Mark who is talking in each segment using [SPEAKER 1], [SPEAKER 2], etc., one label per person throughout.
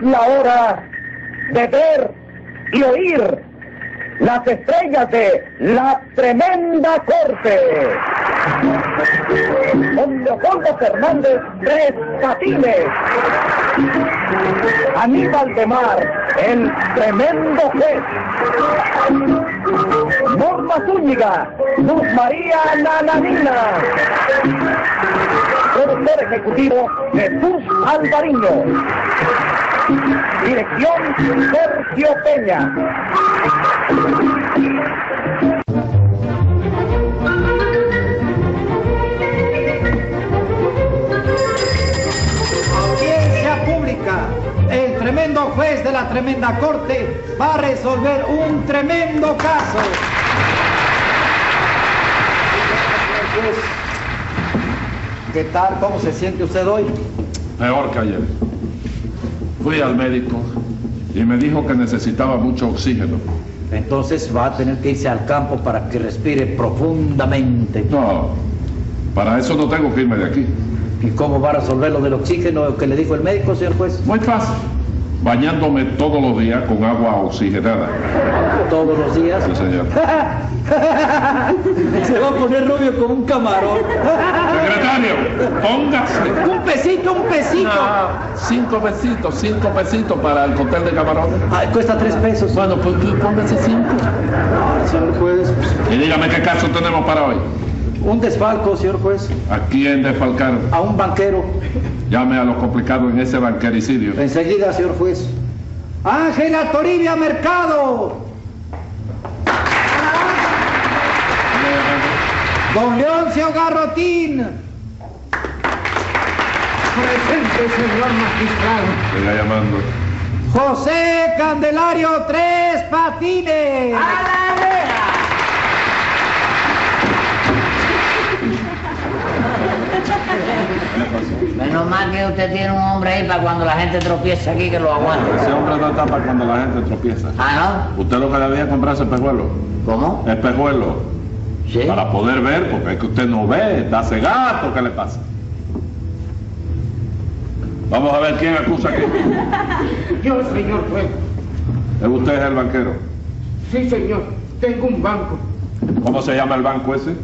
[SPEAKER 1] la hora de ver y oír las estrellas de la tremenda corte. Don Leopoldo Fernández Tres Patines. Aníbal de Mar, el tremendo juez. Norma Zúñiga, Luz María Nananina. Productor ejecutivo Jesús Alvariño. Dirección Sergio Peña.
[SPEAKER 2] Audiencia pública. El tremendo juez de la tremenda corte va a resolver un tremendo caso. ¿Qué tal? ¿Cómo se siente usted hoy?
[SPEAKER 3] Peor que ayer. Fui al médico y me dijo que necesitaba mucho oxígeno.
[SPEAKER 2] Entonces va a tener que irse al campo para que respire profundamente.
[SPEAKER 3] No, para eso no tengo que irme de aquí.
[SPEAKER 2] ¿Y cómo va a resolver lo del oxígeno que le dijo el médico, señor juez?
[SPEAKER 3] Muy fácil. Bañándome todos los días con agua oxigenada.
[SPEAKER 2] Todos los días.
[SPEAKER 3] Sí, señor.
[SPEAKER 2] Se va a poner rubio como un camarón.
[SPEAKER 3] Secretario, póngase.
[SPEAKER 2] Un pesito, un pesito.
[SPEAKER 3] No, cinco pesitos, cinco pesitos para el cóctel de camarón.
[SPEAKER 2] Ah, cuesta tres pesos.
[SPEAKER 3] Bueno, pues póngase cinco.
[SPEAKER 2] No, señor juez.
[SPEAKER 3] Y dígame qué caso tenemos para hoy.
[SPEAKER 2] Un desfalco, señor juez.
[SPEAKER 3] ¿A quién desfalcaron?
[SPEAKER 2] A un banquero.
[SPEAKER 3] Llame a los complicados en ese banquericidio.
[SPEAKER 2] Enseguida, señor juez. Ángela Toribia Mercado. Don Leoncio Garrotín.
[SPEAKER 4] Presente, señor magistrado.
[SPEAKER 3] Siga llamando.
[SPEAKER 2] José Candelario Tres Patines.
[SPEAKER 4] ¡A la vera!
[SPEAKER 5] Menos mal que usted tiene un hombre ahí para cuando la gente tropieza aquí que lo aguanta.
[SPEAKER 3] Ese hombre no está para cuando la gente tropieza.
[SPEAKER 5] Ah,
[SPEAKER 3] Usted lo que debía comprar es espejuelo.
[SPEAKER 5] ¿no? ¿Cómo?
[SPEAKER 3] Espejuelo.
[SPEAKER 5] Sí.
[SPEAKER 3] Para poder ver, porque es que usted no ve, está cegato, ¿qué le pasa? Vamos a ver quién acusa aquí.
[SPEAKER 4] Yo, señor juez.
[SPEAKER 3] Usted es el banquero.
[SPEAKER 4] Sí, señor. Tengo un banco.
[SPEAKER 3] ¿Cómo se llama el banco ese?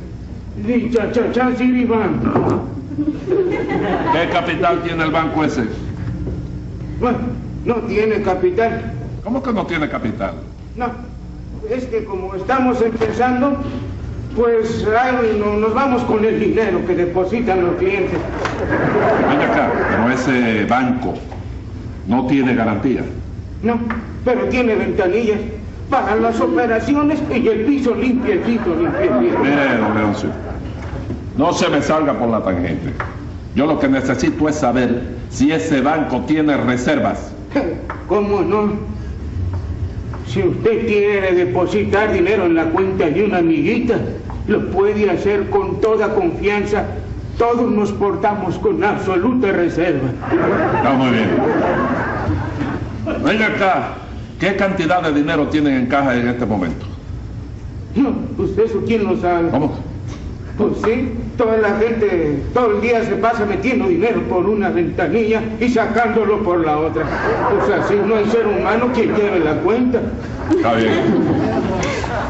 [SPEAKER 4] Dicha, cha, cha, Banco.
[SPEAKER 3] ¿Qué capital tiene el banco ese?
[SPEAKER 4] Bueno, no tiene capital.
[SPEAKER 3] ¿Cómo que no tiene capital?
[SPEAKER 4] No, es que como estamos empezando, pues ay, no- nos vamos con el dinero que depositan los clientes.
[SPEAKER 3] Venga acá, pero ese banco no tiene garantía.
[SPEAKER 4] No, pero tiene ventanillas para las operaciones y el piso limpiecito, limpiecito.
[SPEAKER 3] Mire, don Leoncio, no se me salga por la tangente. Yo lo que necesito es saber si ese banco tiene reservas.
[SPEAKER 4] ¿Cómo no? Si usted quiere depositar dinero en la cuenta de una amiguita, lo puede hacer con toda confianza. Todos nos portamos con absoluta reserva.
[SPEAKER 3] Está muy bien. Venga acá, ¿qué cantidad de dinero tienen en caja en este momento?
[SPEAKER 4] No, pues eso quién lo sabe.
[SPEAKER 3] ¿Cómo?
[SPEAKER 4] Pues sí, toda la gente todo el día se pasa metiendo dinero por una ventanilla y sacándolo por la otra. Pues así no hay ser humano que lleve la cuenta.
[SPEAKER 3] Está bien.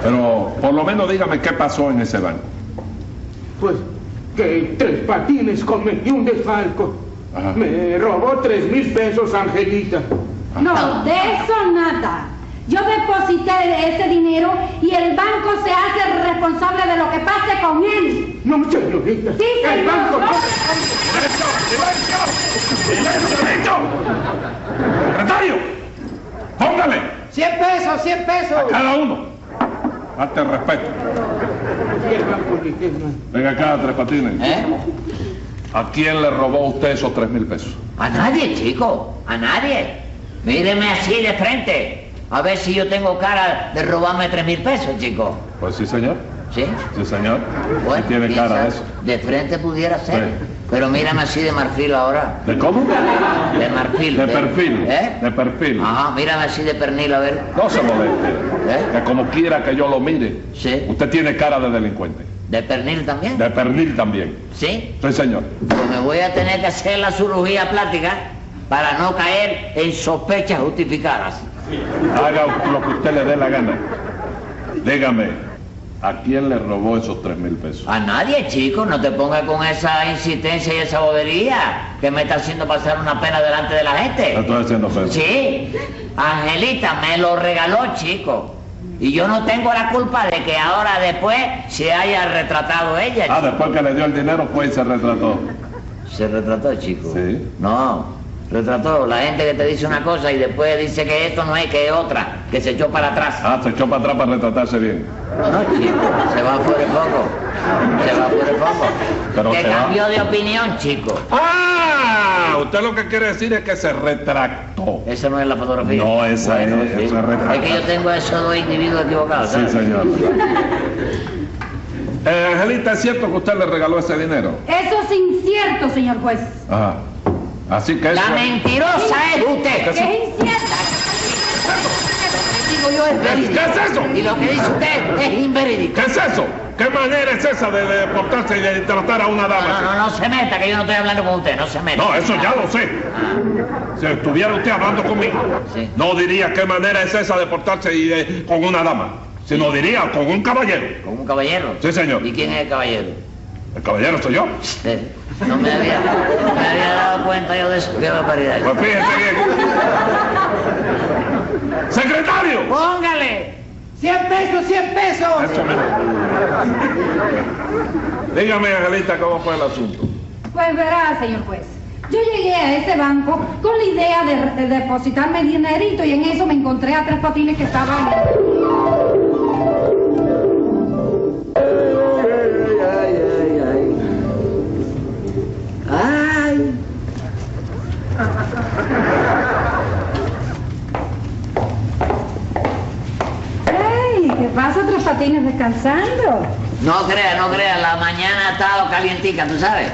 [SPEAKER 3] Pero por lo menos dígame qué pasó en ese banco.
[SPEAKER 4] Pues que tres patines cometió un desfalco.
[SPEAKER 3] Ajá.
[SPEAKER 4] Me robó tres mil pesos, Angelita.
[SPEAKER 6] No, de eso nada. Yo deposité ese dinero y el banco se hace responsable de lo que pase con él.
[SPEAKER 4] No, señorita.
[SPEAKER 6] Sí,
[SPEAKER 4] el
[SPEAKER 6] señor.
[SPEAKER 4] banco.
[SPEAKER 3] ¡Secretario! ¡Póngale!
[SPEAKER 2] ¡Cien pesos, cien pesos!
[SPEAKER 3] ¡A cada uno! Hazte respeto.
[SPEAKER 4] El banco ni qué más.
[SPEAKER 3] Venga acá, Tres Patines.
[SPEAKER 5] ¿Eh?
[SPEAKER 3] ¿A quién le robó usted esos tres mil pesos?
[SPEAKER 5] A nadie, chico. A nadie. Míreme así de frente. A ver si yo tengo cara de robarme tres mil pesos, chico.
[SPEAKER 3] Pues sí, señor.
[SPEAKER 5] ¿Sí?
[SPEAKER 3] Sí, señor.
[SPEAKER 5] Bueno,
[SPEAKER 3] Sí tiene cara de
[SPEAKER 5] quizás
[SPEAKER 3] eso.
[SPEAKER 5] De frente pudiera ser.
[SPEAKER 3] Sí.
[SPEAKER 5] Pero mírame así de marfil ahora.
[SPEAKER 3] ¿De cómo?
[SPEAKER 5] De marfil.
[SPEAKER 3] De perfil.
[SPEAKER 5] ¿Eh?
[SPEAKER 3] De perfil.
[SPEAKER 5] Ajá, mírame así de pernil, a ver.
[SPEAKER 3] No se moleste.
[SPEAKER 5] ¿Eh?
[SPEAKER 3] Que como quiera que yo lo mire,
[SPEAKER 5] Sí.
[SPEAKER 3] usted tiene cara de delincuente.
[SPEAKER 5] ¿De pernil también?
[SPEAKER 3] De pernil también.
[SPEAKER 5] ¿Sí?
[SPEAKER 3] Sí, señor.
[SPEAKER 5] Pues me voy a tener que hacer la cirugía plástica para no caer en sospechas justificadas.
[SPEAKER 3] Haga lo que usted le dé la gana. Dígame, ¿a quién le robó esos tres mil pesos?
[SPEAKER 5] A nadie, chico, no te pongas con esa insistencia y esa bobería que me está haciendo pasar una pena delante de la gente.
[SPEAKER 3] No estoy haciendo ofensa.
[SPEAKER 5] Sí, Angelita me lo regaló, chico. Y yo no tengo la culpa de que ahora después se haya retratado ella.
[SPEAKER 3] Ah,
[SPEAKER 5] chico.
[SPEAKER 3] después que le dio el dinero fue y se retrató.
[SPEAKER 5] ¿Se retrató, chico?
[SPEAKER 3] Sí.
[SPEAKER 5] No, retrató. La gente que te dice una cosa y después dice que esto no es, que es otra, que se echó para atrás.
[SPEAKER 3] Ah, se echó para atrás para retratarse bien.
[SPEAKER 5] No, chico, se va por el foco. Se va por el foco.
[SPEAKER 3] Pero
[SPEAKER 5] que
[SPEAKER 3] se va.
[SPEAKER 5] cambió de opinión, chico.
[SPEAKER 3] ¡Ah! Usted lo que quiere decir es que se retractó.
[SPEAKER 5] Esa no es la fotografía.
[SPEAKER 3] No, esa es-
[SPEAKER 5] sí.
[SPEAKER 3] esa es retratada.
[SPEAKER 5] que yo tengo esos dos individuos equivocados,
[SPEAKER 3] Sí,
[SPEAKER 5] ¿sabes?
[SPEAKER 3] señor. Eh, Angelita, ¿es cierto que usted le regaló ese dinero?
[SPEAKER 6] Eso es incierto, señor juez.
[SPEAKER 3] Ah. Así que eso...
[SPEAKER 5] La mentirosa es
[SPEAKER 6] Que
[SPEAKER 5] usted.
[SPEAKER 6] es incierta.
[SPEAKER 5] Digo yo es
[SPEAKER 3] ¿Qué,
[SPEAKER 5] verídico.
[SPEAKER 3] qué es eso?
[SPEAKER 5] Y lo que dice usted es inverídico.
[SPEAKER 3] ¿Qué es eso? ¿Qué manera es esa de, de portarse y de tratar a una
[SPEAKER 5] No,
[SPEAKER 3] dama
[SPEAKER 5] no,
[SPEAKER 3] así?
[SPEAKER 5] no, no se meta, que yo no estoy hablando con usted, no se meta.
[SPEAKER 3] No, eso ya lo sé. Si estuviera usted hablando conmigo,
[SPEAKER 5] Sí.
[SPEAKER 3] no diría qué manera es esa de portarse y de- con una dama, sino diría con un caballero.
[SPEAKER 5] ¿Con un caballero?
[SPEAKER 3] Sí, señor.
[SPEAKER 5] ¿Y quién es el caballero?
[SPEAKER 3] El caballero soy yo.
[SPEAKER 5] Eh, No me había, no me había dado cuenta yo de eso. Qué
[SPEAKER 3] Pues
[SPEAKER 5] barbaridad.
[SPEAKER 3] fíjese bien. ¡Secretario!
[SPEAKER 5] ¡Póngale!
[SPEAKER 2] ¡Cien pesos, cien pesos!
[SPEAKER 3] Eso mismo. Dígame, Angelita, ¿cómo fue el asunto?
[SPEAKER 6] Pues verá, señor juez. Yo llegué a ese banco con la idea de, de depositarme dinerito y en eso me encontré a tres patines que estaban.
[SPEAKER 5] ¡Ay!
[SPEAKER 6] ¡Ey! ¿Qué pasa, tres patines descansando?
[SPEAKER 5] No crea, no crea, la mañana ha estado calientica, ¿tú sabes?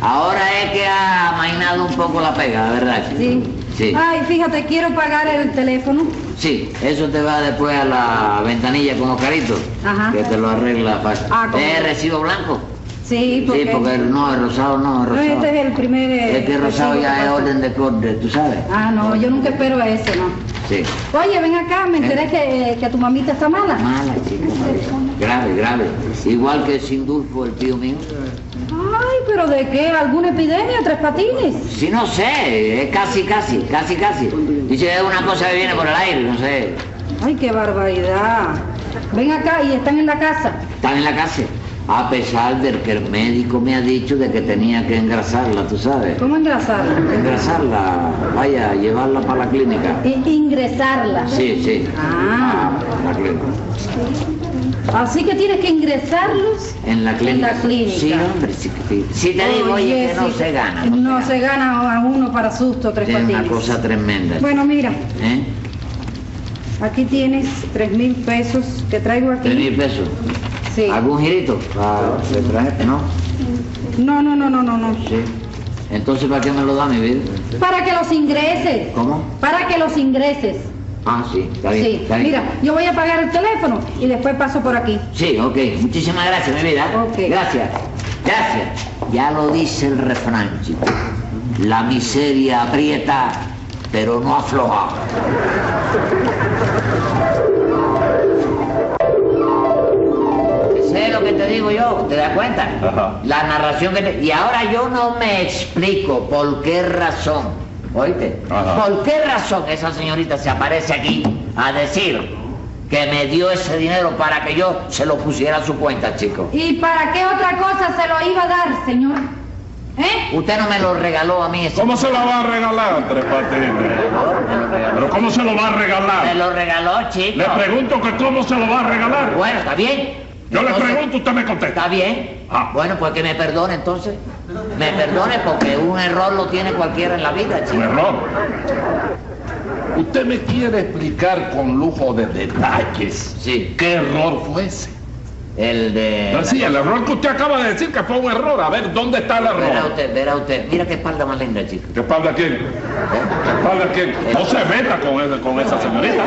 [SPEAKER 5] Ahora es que ha amainado un poco la pega, ¿verdad?
[SPEAKER 6] Sí. Ah.
[SPEAKER 5] Sí,
[SPEAKER 6] Ay, fíjate, quiero pagar el teléfono.
[SPEAKER 5] sí, eso te va después a la ventanilla con Oscarito,
[SPEAKER 6] Ajá.
[SPEAKER 5] que te lo arregla fácil.
[SPEAKER 6] Ah, ¿cómo?
[SPEAKER 5] ¿Es recibo blanco?
[SPEAKER 6] Sí, porque.
[SPEAKER 5] Sí, porque el- no, el rosado no, el
[SPEAKER 6] No,
[SPEAKER 5] rosado.
[SPEAKER 6] este es el primer. eh,
[SPEAKER 5] Es que el rosado
[SPEAKER 6] recibo que
[SPEAKER 5] ya es
[SPEAKER 6] pasa.
[SPEAKER 5] orden de corte, ¿tú sabes?
[SPEAKER 6] Ah, no, yo nunca espero ese, no.
[SPEAKER 5] Sí.
[SPEAKER 6] Oye, ven acá,
[SPEAKER 5] ¿Eh?
[SPEAKER 6] me enteré que, que tu mamita está mala.
[SPEAKER 5] Mala, chico, mala. Grave, grave. Igual que Sindulfo, el tío mío.
[SPEAKER 6] Ay, pero ¿de qué? ¿Alguna epidemia, tres patines?
[SPEAKER 5] Sí, no sé, es casi, casi, casi, casi. Dice, es una cosa que viene por el aire, no sé.
[SPEAKER 6] Ay, qué barbaridad. Ven acá y están en la casa.
[SPEAKER 5] Están en la casa. A pesar de que el médico me ha dicho de que tenía que engrasarla, tú sabes.
[SPEAKER 6] ¿Cómo engrasarla?
[SPEAKER 5] Engrasarla, vaya, llevarla para la clínica.
[SPEAKER 6] I- ingresarla.
[SPEAKER 5] Sí, sí.
[SPEAKER 6] Ah,
[SPEAKER 5] La clínica.
[SPEAKER 6] así que tienes que ingresarlos.
[SPEAKER 5] En la clínica.
[SPEAKER 6] En la clínica.
[SPEAKER 5] Sí, hombre, sí, sí. Si te digo, oye, que no
[SPEAKER 6] sí.
[SPEAKER 5] se gana.
[SPEAKER 6] No, se gana a uno para susto, tres
[SPEAKER 5] Es una
[SPEAKER 6] patines.
[SPEAKER 5] cosa tremenda.
[SPEAKER 6] Bueno, mira,
[SPEAKER 5] ¿Eh?
[SPEAKER 6] aquí tienes tres mil pesos que traigo
[SPEAKER 5] Tres
[SPEAKER 6] aquí.
[SPEAKER 5] mil pesos.
[SPEAKER 6] Sí.
[SPEAKER 5] ¿Algún girito? Ah, le traje, ¿no?
[SPEAKER 6] No, no, no, no, no, no.
[SPEAKER 5] Sí. Entonces, ¿para qué me lo da mi vida?
[SPEAKER 6] Para que los ingreses.
[SPEAKER 5] ¿Cómo?
[SPEAKER 6] Para que los ingreses.
[SPEAKER 5] Ah, sí, está bien.
[SPEAKER 6] Sí,
[SPEAKER 5] está bien.
[SPEAKER 6] mira, yo voy a pagar el teléfono y después paso por aquí.
[SPEAKER 5] Sí, ok. Muchísimas gracias, mi vida.
[SPEAKER 6] Ok.
[SPEAKER 5] Gracias. Gracias. Ya lo dice el refrán, chico. La miseria aprieta, pero no afloja. Sé lo que te digo yo, ¿te das cuenta?
[SPEAKER 3] Ajá.
[SPEAKER 5] La narración que te... Y ahora yo no me explico por qué razón, oíste,
[SPEAKER 3] Ajá.
[SPEAKER 5] por qué razón esa señorita se aparece aquí a decir que me dio ese dinero para que yo se lo pusiera a su cuenta, chico.
[SPEAKER 6] ¿Y para qué otra cosa se lo iba a dar, señor? ¿Eh?
[SPEAKER 5] Usted no me lo regaló a mí ese
[SPEAKER 3] ¿Cómo se la va a regalar, Tres Patines?
[SPEAKER 5] Me lo regaló.
[SPEAKER 3] ¿Pero cómo se lo va a
[SPEAKER 5] Me
[SPEAKER 3] regalar?
[SPEAKER 5] lo regaló, chico.
[SPEAKER 3] Le pregunto que cómo se lo va a regalar.
[SPEAKER 5] Bueno, está bien.
[SPEAKER 3] Yo le
[SPEAKER 5] Entonces,
[SPEAKER 3] pregunto, usted me contesta.
[SPEAKER 5] Está bien.
[SPEAKER 3] Ah.
[SPEAKER 5] Bueno, pues que me perdone entonces. Me perdone porque un error lo tiene cualquiera en la vida,
[SPEAKER 3] Un
[SPEAKER 5] chico.
[SPEAKER 3] error. Usted me quiere explicar con lujo de detalles
[SPEAKER 5] Sí.
[SPEAKER 3] qué error fue ese.
[SPEAKER 5] El de...
[SPEAKER 3] No, sí, el error que usted acaba de decir que fue un error. A ver, ¿dónde está el
[SPEAKER 5] Verá
[SPEAKER 3] error?
[SPEAKER 5] usted, verá usted. Mira qué espalda más linda, chico. ¿Eh?
[SPEAKER 3] ¿Qué espalda quién? ¿Qué espalda quién? No se meta con, ese- con esa señorita.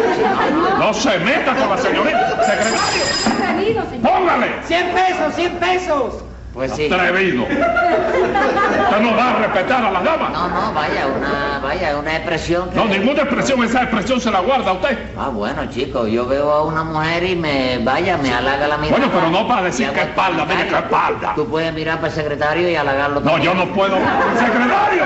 [SPEAKER 3] No se meta con la señorita. Secretario,
[SPEAKER 6] Atrevido, señor.
[SPEAKER 3] póngale.
[SPEAKER 2] ¡Cien pesos, cien pesos!
[SPEAKER 5] Pues sí.
[SPEAKER 3] Atrevido. Usted no va a respetar a las damas.
[SPEAKER 5] No, no, vaya, una, vaya, vaya, es una expresión que...
[SPEAKER 3] No, ninguna expresión, esa expresión se la guarda usted.
[SPEAKER 5] Ah, bueno, chicos, yo veo a una mujer y me, vaya, me halaga la mirada.
[SPEAKER 3] Bueno, pero no para
[SPEAKER 5] y
[SPEAKER 3] decir
[SPEAKER 5] hago
[SPEAKER 3] que
[SPEAKER 5] el
[SPEAKER 3] espalda, mire que
[SPEAKER 5] comentario.
[SPEAKER 3] espalda.
[SPEAKER 5] Tú puedes mirar para el secretario y halagarlo
[SPEAKER 3] No, yo no puedo. ¡Secretario!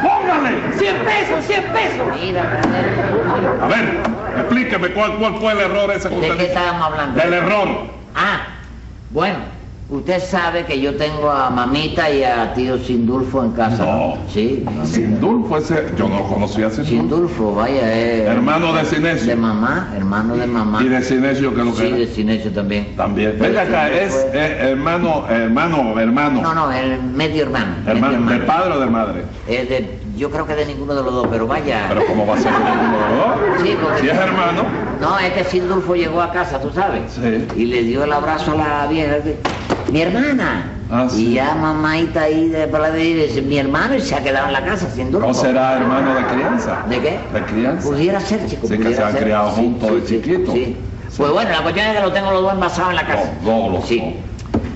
[SPEAKER 3] ¡Póngale!
[SPEAKER 7] 100 pesos, 100 pesos.
[SPEAKER 5] Mira, brother,
[SPEAKER 3] A ver, explíqueme cuál, cuál fue el error ese que
[SPEAKER 5] ¿de qué
[SPEAKER 3] usted dijo.
[SPEAKER 5] estábamos hablando?
[SPEAKER 3] Del error.
[SPEAKER 5] Ah, bueno, usted sabe que yo tengo a mamita y a tío Sindulfo en casa.
[SPEAKER 3] No.
[SPEAKER 5] Sí. mamita.
[SPEAKER 3] Sindulfo ese, yo no lo conocía ese
[SPEAKER 5] Sindulfo, vaya, es...
[SPEAKER 3] Hermano de Sinesio.
[SPEAKER 5] De mamá, hermano de mamá.
[SPEAKER 3] Y de Sinesio, que lo que
[SPEAKER 5] Sí,
[SPEAKER 3] era.
[SPEAKER 5] de Sinesio también.
[SPEAKER 3] También.
[SPEAKER 5] Pero
[SPEAKER 3] Venga acá,
[SPEAKER 5] Sinesio
[SPEAKER 3] es
[SPEAKER 5] fue-
[SPEAKER 3] eh, hermano, hermano, hermano.
[SPEAKER 5] No, no, el medio hermano. medio
[SPEAKER 3] Hermano, ¿de padre o de madre?
[SPEAKER 5] Eh, de- yo creo que de ninguno de los dos, pero vaya.
[SPEAKER 3] Pero ¿cómo va a ser de ninguno de los dos?
[SPEAKER 5] Sí, porque-
[SPEAKER 3] Si es hermano.
[SPEAKER 5] No, es que Sindulfo llegó a casa, tú sabes.
[SPEAKER 3] Sí.
[SPEAKER 5] Y le dio el abrazo a la vieja. de- Mi hermana.
[SPEAKER 3] Ah, sí.
[SPEAKER 5] Y ya mamaita ahí de palabra y dice, mi hermano, y se ha quedado en la casa, Sindulfo.
[SPEAKER 3] ¿No será hermano de crianza?
[SPEAKER 5] ¿De Pues qué?
[SPEAKER 3] De crianza.
[SPEAKER 5] Pudiera ser, chico.
[SPEAKER 3] Sí, que
[SPEAKER 5] pudiera
[SPEAKER 3] se han
[SPEAKER 5] ser.
[SPEAKER 3] criado juntos de chiquito.
[SPEAKER 5] sí. Pues bueno, la cuestión es que lo tengo los dos envasados en la casa.
[SPEAKER 3] No, no, no.
[SPEAKER 5] Sí.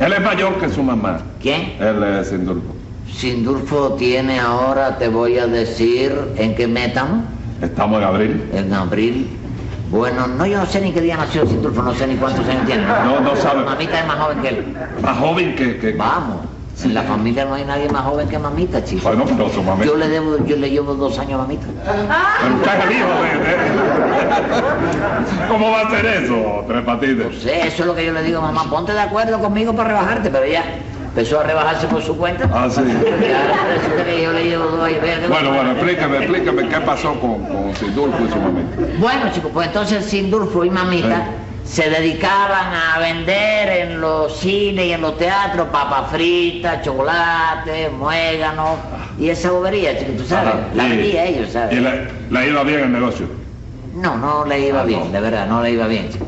[SPEAKER 3] Él es mayor que su mamá.
[SPEAKER 5] ¿Quién?
[SPEAKER 3] Él es Sindulfo.
[SPEAKER 5] Sindulfo tiene ahora, te voy a decir, ¿en qué metamos?
[SPEAKER 3] Estamos en abril.
[SPEAKER 5] En abril. Bueno, no, yo no sé ni qué día nació Sindulfo, no sé ni cuántos años tiene.
[SPEAKER 3] No, no sabe.
[SPEAKER 5] Mamita es más joven que él.
[SPEAKER 3] Más joven que... que...
[SPEAKER 5] Vamos. En la familia no hay nadie más joven que mamita, chico.
[SPEAKER 3] Bueno, pero su mamá...
[SPEAKER 5] Yo le debo, yo le llevo dos años a mamita.
[SPEAKER 3] Pero usted es el hijo de... de- ¿Cómo va a ser eso, Tres Patines?
[SPEAKER 5] Sí, eso es lo que yo le digo, mamá, ponte de acuerdo conmigo para rebajarte, pero ella empezó a rebajarse por su cuenta.
[SPEAKER 3] Ah, sí.
[SPEAKER 5] Ya resulta que yo le llevo dos años. Ve-
[SPEAKER 3] Bueno, bueno, explícame, explícame qué pasó con, con Sindulfo y su mamá.
[SPEAKER 5] Bueno, chicos, pues entonces Sindulfo y mamita se dedicaban a vender en los cines y en los teatros papas fritas, chocolate, muéganos y esa bobería, chicos, tú sabes.
[SPEAKER 3] Ajá.
[SPEAKER 5] La
[SPEAKER 3] Y-
[SPEAKER 5] vendía ellos, ¿sabes?
[SPEAKER 3] Y le, le iba bien el negocio.
[SPEAKER 5] No, no le iba
[SPEAKER 3] Ah,
[SPEAKER 5] bien,
[SPEAKER 3] no.
[SPEAKER 5] de verdad, no le iba bien, chico.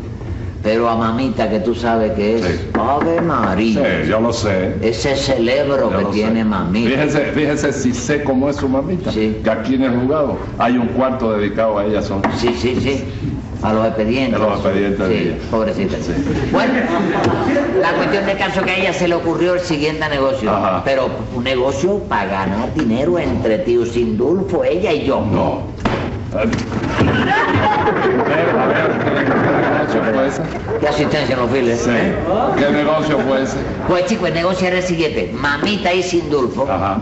[SPEAKER 5] Pero a mamita, que tú sabes que es
[SPEAKER 3] Sí.
[SPEAKER 5] Ave
[SPEAKER 3] Sí,
[SPEAKER 5] María.
[SPEAKER 3] Eh, yo lo sé.
[SPEAKER 5] Ese cerebro
[SPEAKER 3] yo
[SPEAKER 5] que
[SPEAKER 3] lo
[SPEAKER 5] tiene
[SPEAKER 3] sé.
[SPEAKER 5] mamita.
[SPEAKER 3] Fíjese, fíjese si sé cómo es su mamita.
[SPEAKER 5] Sí.
[SPEAKER 3] Que aquí en el juzgado hay un cuarto dedicado a ella solo.
[SPEAKER 5] Sí, sí, sí. A los expedientes.
[SPEAKER 3] A los expedientes de
[SPEAKER 5] Sí,
[SPEAKER 3] ella.
[SPEAKER 5] pobrecita. Bueno, la cuestión del caso es que a ella se le ocurrió el siguiente negocio.
[SPEAKER 3] Ajá.
[SPEAKER 5] Pero un negocio para ganar dinero entre tío Sindulfo, ella y yo.
[SPEAKER 3] No. A ver, a ver, ¿qué negocio fue ese?
[SPEAKER 5] ¿Qué asistencia en los files?
[SPEAKER 3] Sí. ¿Qué negocio fue ese?
[SPEAKER 5] Pues chicos, el negocio era el siguiente. Mamita y Sindulfo.
[SPEAKER 3] Ajá.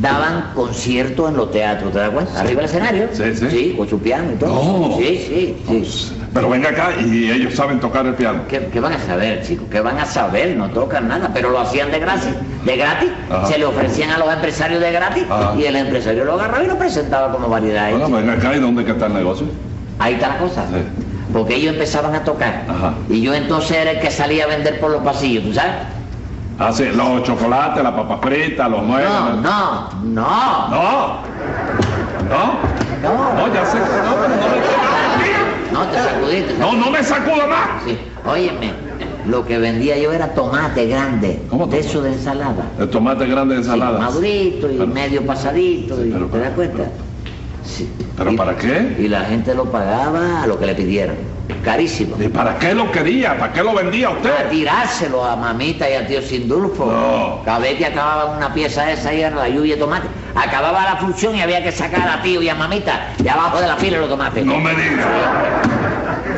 [SPEAKER 5] daban conciertos en los teatros, ¿te das cuenta? Arriba del escenario.
[SPEAKER 3] Sí, sí.
[SPEAKER 5] con su piano y todo.
[SPEAKER 3] No.
[SPEAKER 5] Sí, sí, sí.
[SPEAKER 3] Pero venga acá y ellos saben tocar el piano.
[SPEAKER 5] ¿Qué, qué van a saber, chicos? ¿Qué van a saber? No tocan nada, pero lo hacían de gratis. De gratis.
[SPEAKER 3] Ajá.
[SPEAKER 5] Se le ofrecían a los empresarios de gratis
[SPEAKER 3] Ajá.
[SPEAKER 5] y el empresario lo agarraba y lo presentaba como variedad. ¿eh?
[SPEAKER 3] Bueno, venga acá y dónde que está el negocio.
[SPEAKER 5] Ahí está la cosa.
[SPEAKER 3] Sí.
[SPEAKER 5] Porque ellos empezaban a tocar.
[SPEAKER 3] Ajá.
[SPEAKER 5] Y yo entonces era el que salía a vender por los pasillos, ¿tú sabes?
[SPEAKER 3] Ah, sí, los chocolates, las papas fritas, los nuevos.
[SPEAKER 5] No, no, no.
[SPEAKER 3] No. No.
[SPEAKER 5] No.
[SPEAKER 3] No, ya sé que no, pero no me
[SPEAKER 5] No, te sacudiste.
[SPEAKER 3] No, no me sacudo más.
[SPEAKER 5] Sí, óyeme, lo que vendía yo era tomate grande,
[SPEAKER 3] ¿Cómo
[SPEAKER 5] de
[SPEAKER 3] tomate?
[SPEAKER 5] eso de ensalada.
[SPEAKER 3] El tomate grande de
[SPEAKER 5] Sí,
[SPEAKER 3] ensalada.
[SPEAKER 5] madurito y
[SPEAKER 3] Pero-
[SPEAKER 5] medio pasadito,
[SPEAKER 3] Sí,
[SPEAKER 5] y,
[SPEAKER 3] pero-
[SPEAKER 5] ¿te das cuenta?
[SPEAKER 3] pero-
[SPEAKER 5] Sí.
[SPEAKER 3] ¿Pero
[SPEAKER 5] Y-
[SPEAKER 3] para qué?
[SPEAKER 5] Y la gente lo pagaba a lo que le pidieran, carísimo.
[SPEAKER 3] ¿Y para qué lo quería? ¿Para qué lo vendía
[SPEAKER 5] A
[SPEAKER 3] usted?
[SPEAKER 5] tirárselo a mamita y a tío Sindulfo.
[SPEAKER 3] No.
[SPEAKER 5] Cada vez que acababa una pieza esa y era la lluvia de tomate, acababa la función y había que sacar a tío y a mamita de abajo de la fila los tomates.
[SPEAKER 3] No me diga.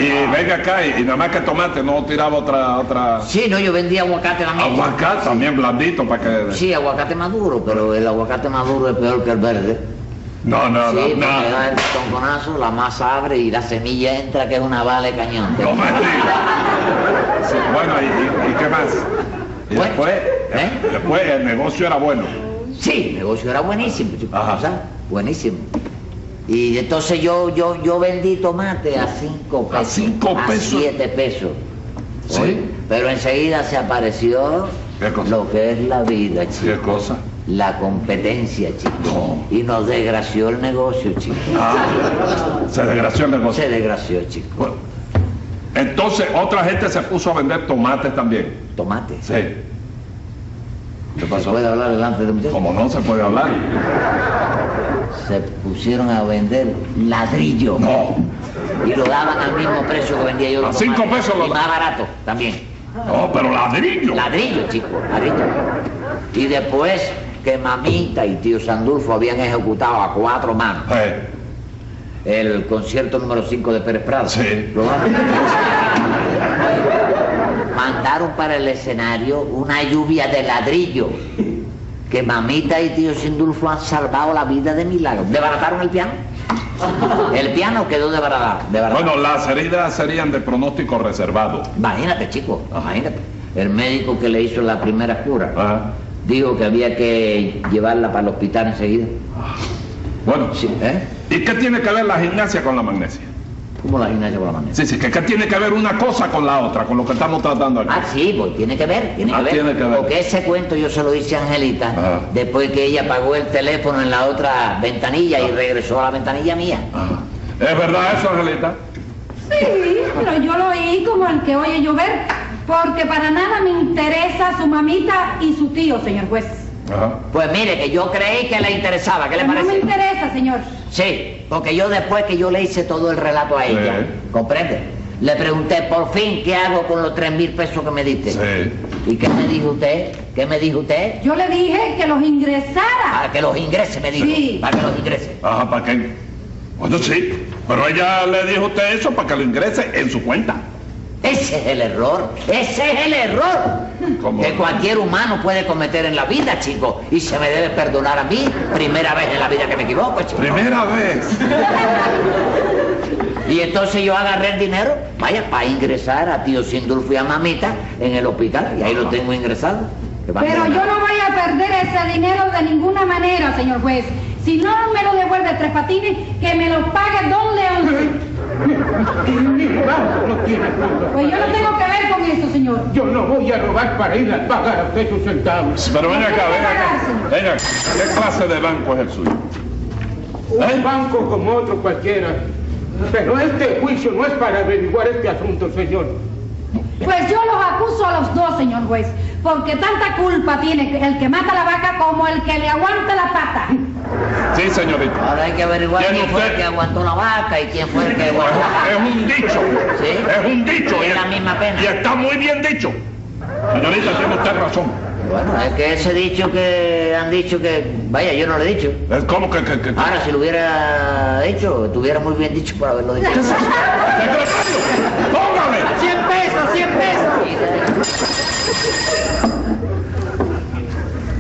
[SPEAKER 3] Y venga acá y, y nada más que tomate, no tiraba otra otra
[SPEAKER 5] Sí, no, yo vendía aguacate también.
[SPEAKER 3] aguacate también blandito para que
[SPEAKER 5] Sí, aguacate maduro, pero el aguacate maduro es peor que el verde.
[SPEAKER 3] No, no, no,
[SPEAKER 5] sí, porque da
[SPEAKER 3] no.
[SPEAKER 5] el tonconazo, la masa abre y la semilla entra, que es una bala de cañón.
[SPEAKER 3] No me diga. Sí, bueno, y, y- y qué más? Y
[SPEAKER 5] Bueno,
[SPEAKER 3] después,
[SPEAKER 5] ¿eh?
[SPEAKER 3] después el negocio era bueno.
[SPEAKER 5] Sí, el negocio era buenísimo, chico,
[SPEAKER 3] Ajá.
[SPEAKER 5] ¿sabes? Buenísimo. Y entonces yo, yo, yo vendí tomate a cinco
[SPEAKER 3] ¿A
[SPEAKER 5] pesos.
[SPEAKER 3] cinco
[SPEAKER 5] a
[SPEAKER 3] pesos?
[SPEAKER 5] siete pesos.
[SPEAKER 3] Sí.
[SPEAKER 5] Oye, Pero enseguida se apareció
[SPEAKER 3] ¿Qué cosa?
[SPEAKER 5] lo que es la vida, chico.
[SPEAKER 3] ¿Qué cosa?
[SPEAKER 5] La competencia, chico.
[SPEAKER 3] No.
[SPEAKER 5] Y nos desgració el negocio, chico.
[SPEAKER 3] Ah, se desgració el negocio.
[SPEAKER 5] Se desgració, chico.
[SPEAKER 3] Bueno, entonces otra gente se puso a vender tomates también.
[SPEAKER 5] Tomate.
[SPEAKER 3] Sí. ¿Qué
[SPEAKER 5] ¿Se
[SPEAKER 3] pasó?
[SPEAKER 5] puede hablar delante de muchachos?
[SPEAKER 3] Como no se puede hablar.
[SPEAKER 5] se pusieron a vender ladrillo
[SPEAKER 3] No.
[SPEAKER 5] y lo daban al mismo precio que vendía yo.
[SPEAKER 3] A
[SPEAKER 5] los
[SPEAKER 3] cinco
[SPEAKER 5] tomates,
[SPEAKER 3] pesos lo
[SPEAKER 5] Y más barato también.
[SPEAKER 3] No, pero ladrillo.
[SPEAKER 5] Ladrillo, chico, ladrillo. Y después que mamita y tío Sandulfo habían ejecutado a cuatro manos
[SPEAKER 3] Eh,
[SPEAKER 5] el concierto número 5 de Pérez Prado.
[SPEAKER 3] Sí.
[SPEAKER 5] Lo van- Mandaron para el escenario una lluvia de ladrillo que mamita y tío Sindulfo han salvado la vida de milagro. ¿Desbarataron el piano? El piano quedó desbaratado. desbaratado.
[SPEAKER 3] Bueno, las heridas serían de pronóstico reservado.
[SPEAKER 5] Imagínate, chico, imagínate. El médico que le hizo la primera cura
[SPEAKER 3] Ajá.
[SPEAKER 5] dijo que había que llevarla para el hospital enseguida.
[SPEAKER 3] Bueno,
[SPEAKER 5] Sí, ¿eh?
[SPEAKER 3] ¿y qué tiene que ver la gimnasia con la magnesia?
[SPEAKER 5] ¿Cómo la gimnasia por la mañana?
[SPEAKER 3] Sí, sí, que qué tiene que ver una cosa con la otra, con lo que estamos tratando aquí.
[SPEAKER 5] Ah, sí, pues tiene que ver, tiene
[SPEAKER 3] Ah,
[SPEAKER 5] que ver.
[SPEAKER 3] tiene que ver.
[SPEAKER 5] Porque ese cuento yo se lo hice a Angelita
[SPEAKER 3] Ajá.
[SPEAKER 5] después que ella pagó el teléfono en la otra ventanilla
[SPEAKER 3] Ah.
[SPEAKER 5] y regresó a la ventanilla mía.
[SPEAKER 3] Ajá. ¿Es verdad eso, Angelita?
[SPEAKER 6] Sí, pero yo lo oí como el que oye llover, porque para nada me interesa su mamita y su tío, señor juez.
[SPEAKER 3] Ajá.
[SPEAKER 5] Pues mire, que yo creí que le interesaba, ¿qué le
[SPEAKER 6] Pues No me
[SPEAKER 5] parece?
[SPEAKER 6] interesa, señor.
[SPEAKER 5] Sí, porque yo después que yo le hice todo el relato a ella,
[SPEAKER 3] Sí.
[SPEAKER 5] ¿comprende? Le pregunté, por fin, ¿qué hago con los tres mil pesos que me diste?
[SPEAKER 3] Sí.
[SPEAKER 5] ¿Y qué me dijo usted? ¿Qué me dijo usted?
[SPEAKER 6] Yo le dije que los ingresara.
[SPEAKER 5] Para que los ingrese, me dijo.
[SPEAKER 6] Sí.
[SPEAKER 5] Para que los ingrese.
[SPEAKER 3] Ajá, ¿para qué? Bueno, sí, pero ella le dijo a usted eso para que lo ingrese en su cuenta.
[SPEAKER 5] Ese es el error, ese es el error
[SPEAKER 3] ¿Cómo?
[SPEAKER 5] que cualquier humano puede cometer en la vida, chico. Y se me debe perdonar a mí, primera vez en la vida que me equivoco, chico.
[SPEAKER 3] Primera vez.
[SPEAKER 5] Y entonces yo agarré el dinero, vaya, para ingresar a tío Sindulfo y a mamita en el hospital, y ahí lo tengo ingresado. Que va a
[SPEAKER 6] Pero yo
[SPEAKER 5] perdonar.
[SPEAKER 6] no voy a perder ese dinero de ninguna manera, señor juez. Si no me lo devuelve tres patines, que me lo pague don León.
[SPEAKER 4] Vamos, no tiene culpa.
[SPEAKER 6] Pues yo no tengo que ver con eso, señor.
[SPEAKER 4] Yo no voy a robar para ir a pagar a usted sus centavos.
[SPEAKER 3] Pero ven acá, ven acá. Ven acá. ¿Qué clase de banco es el suyo?
[SPEAKER 4] Un banco como otro cualquiera. Pero este juicio no es para averiguar este asunto, señor.
[SPEAKER 6] Pues yo los acuso a los dos, señor juez, porque tanta culpa tiene el que mata la vaca como el que le aguanta la pata.
[SPEAKER 3] Sí, señorita.
[SPEAKER 5] Ahora hay que averiguar
[SPEAKER 3] ¿Tiene
[SPEAKER 5] quién fue
[SPEAKER 3] usted?
[SPEAKER 5] el que aguantó la vaca y quién fue el que aguantó la
[SPEAKER 3] Es un dicho.
[SPEAKER 5] Sí.
[SPEAKER 3] Es un dicho.
[SPEAKER 5] Es
[SPEAKER 3] y
[SPEAKER 5] la misma pena.
[SPEAKER 3] Y está muy bien dicho. Señorita, tiene usted razón.
[SPEAKER 5] Bueno, es que ese dicho que han dicho que, vaya, yo no lo he dicho.
[SPEAKER 3] Es como que... que, que-
[SPEAKER 5] Ahora, si lo hubiera dicho, estuviera muy bien dicho por haberlo dicho.
[SPEAKER 3] ¡Secretario! ¡Póngale!
[SPEAKER 2] ¡Cien pesos, cien pesos!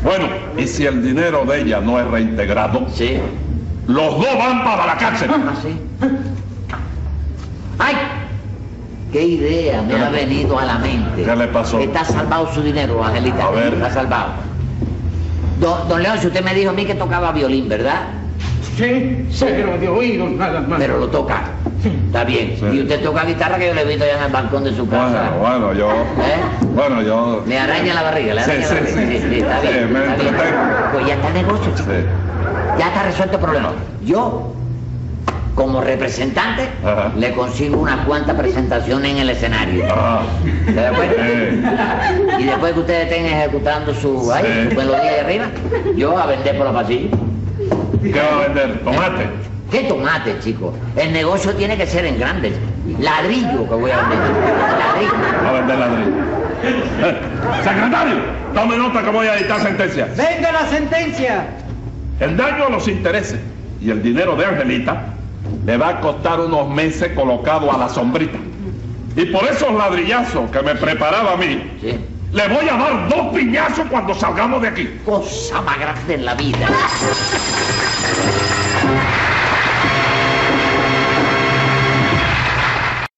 [SPEAKER 3] Bueno, y si el dinero de ella no es reintegrado,
[SPEAKER 5] Sí.
[SPEAKER 3] los dos van para la cárcel.
[SPEAKER 5] Así. ¡Ay! ¿Qué idea me
[SPEAKER 3] ¿Qué le-
[SPEAKER 5] ha venido a la mente?
[SPEAKER 3] qué le pasó?
[SPEAKER 5] Está salvado su dinero, Angelita.
[SPEAKER 3] A ver.
[SPEAKER 5] Está salvado. Don, don León, si usted me dijo a mí que tocaba violín, ¿verdad?
[SPEAKER 4] Sí, pero de oídos nada más.
[SPEAKER 5] Pero lo toca. Está bien.
[SPEAKER 3] Sí.
[SPEAKER 5] Y usted toca guitarra que yo le he visto allá en el balcón de su casa.
[SPEAKER 3] Bueno, bueno, yo...
[SPEAKER 5] ¿Eh?
[SPEAKER 3] Bueno, yo...
[SPEAKER 5] Me araña la barriga, le
[SPEAKER 3] Sí,
[SPEAKER 5] araña
[SPEAKER 3] sí,
[SPEAKER 5] la barriga.
[SPEAKER 3] sí.
[SPEAKER 5] está
[SPEAKER 3] Sí,
[SPEAKER 5] bien.
[SPEAKER 3] me
[SPEAKER 5] está bien.
[SPEAKER 3] entretengo.
[SPEAKER 5] Pues ya está el negocio, chico.
[SPEAKER 3] Sí.
[SPEAKER 5] Ya está resuelto el problema. Yo, como representante,
[SPEAKER 3] Ajá.
[SPEAKER 5] le consigo unas cuantas presentaciones en el escenario.
[SPEAKER 3] Ah,
[SPEAKER 5] ¿Se da cuenta?
[SPEAKER 3] eh,
[SPEAKER 5] Y después que ustedes estén ejecutando su, ahí,
[SPEAKER 3] Sí.
[SPEAKER 5] su melodía de arriba, yo a vender por los pasillos.
[SPEAKER 3] ¿Qué va a vender? ¿Tomate?
[SPEAKER 5] ¿Qué tomate, chicos? El negocio tiene que ser en grandes. Ladrillo que voy a vender. Ladrillo.
[SPEAKER 3] Va a vender ladrillo. Eh, Secretario, tome nota que voy a dictar sentencia.
[SPEAKER 2] ¡Venga la sentencia!
[SPEAKER 3] El daño a los intereses y el dinero de Angelita le va a costar unos meses colocado a la sombrita. Y por esos ladrillazos que me preparaba a mí,
[SPEAKER 5] Sí.
[SPEAKER 3] le voy a dar dos piñazos cuando salgamos de aquí.
[SPEAKER 5] Cosa más grande en la vida.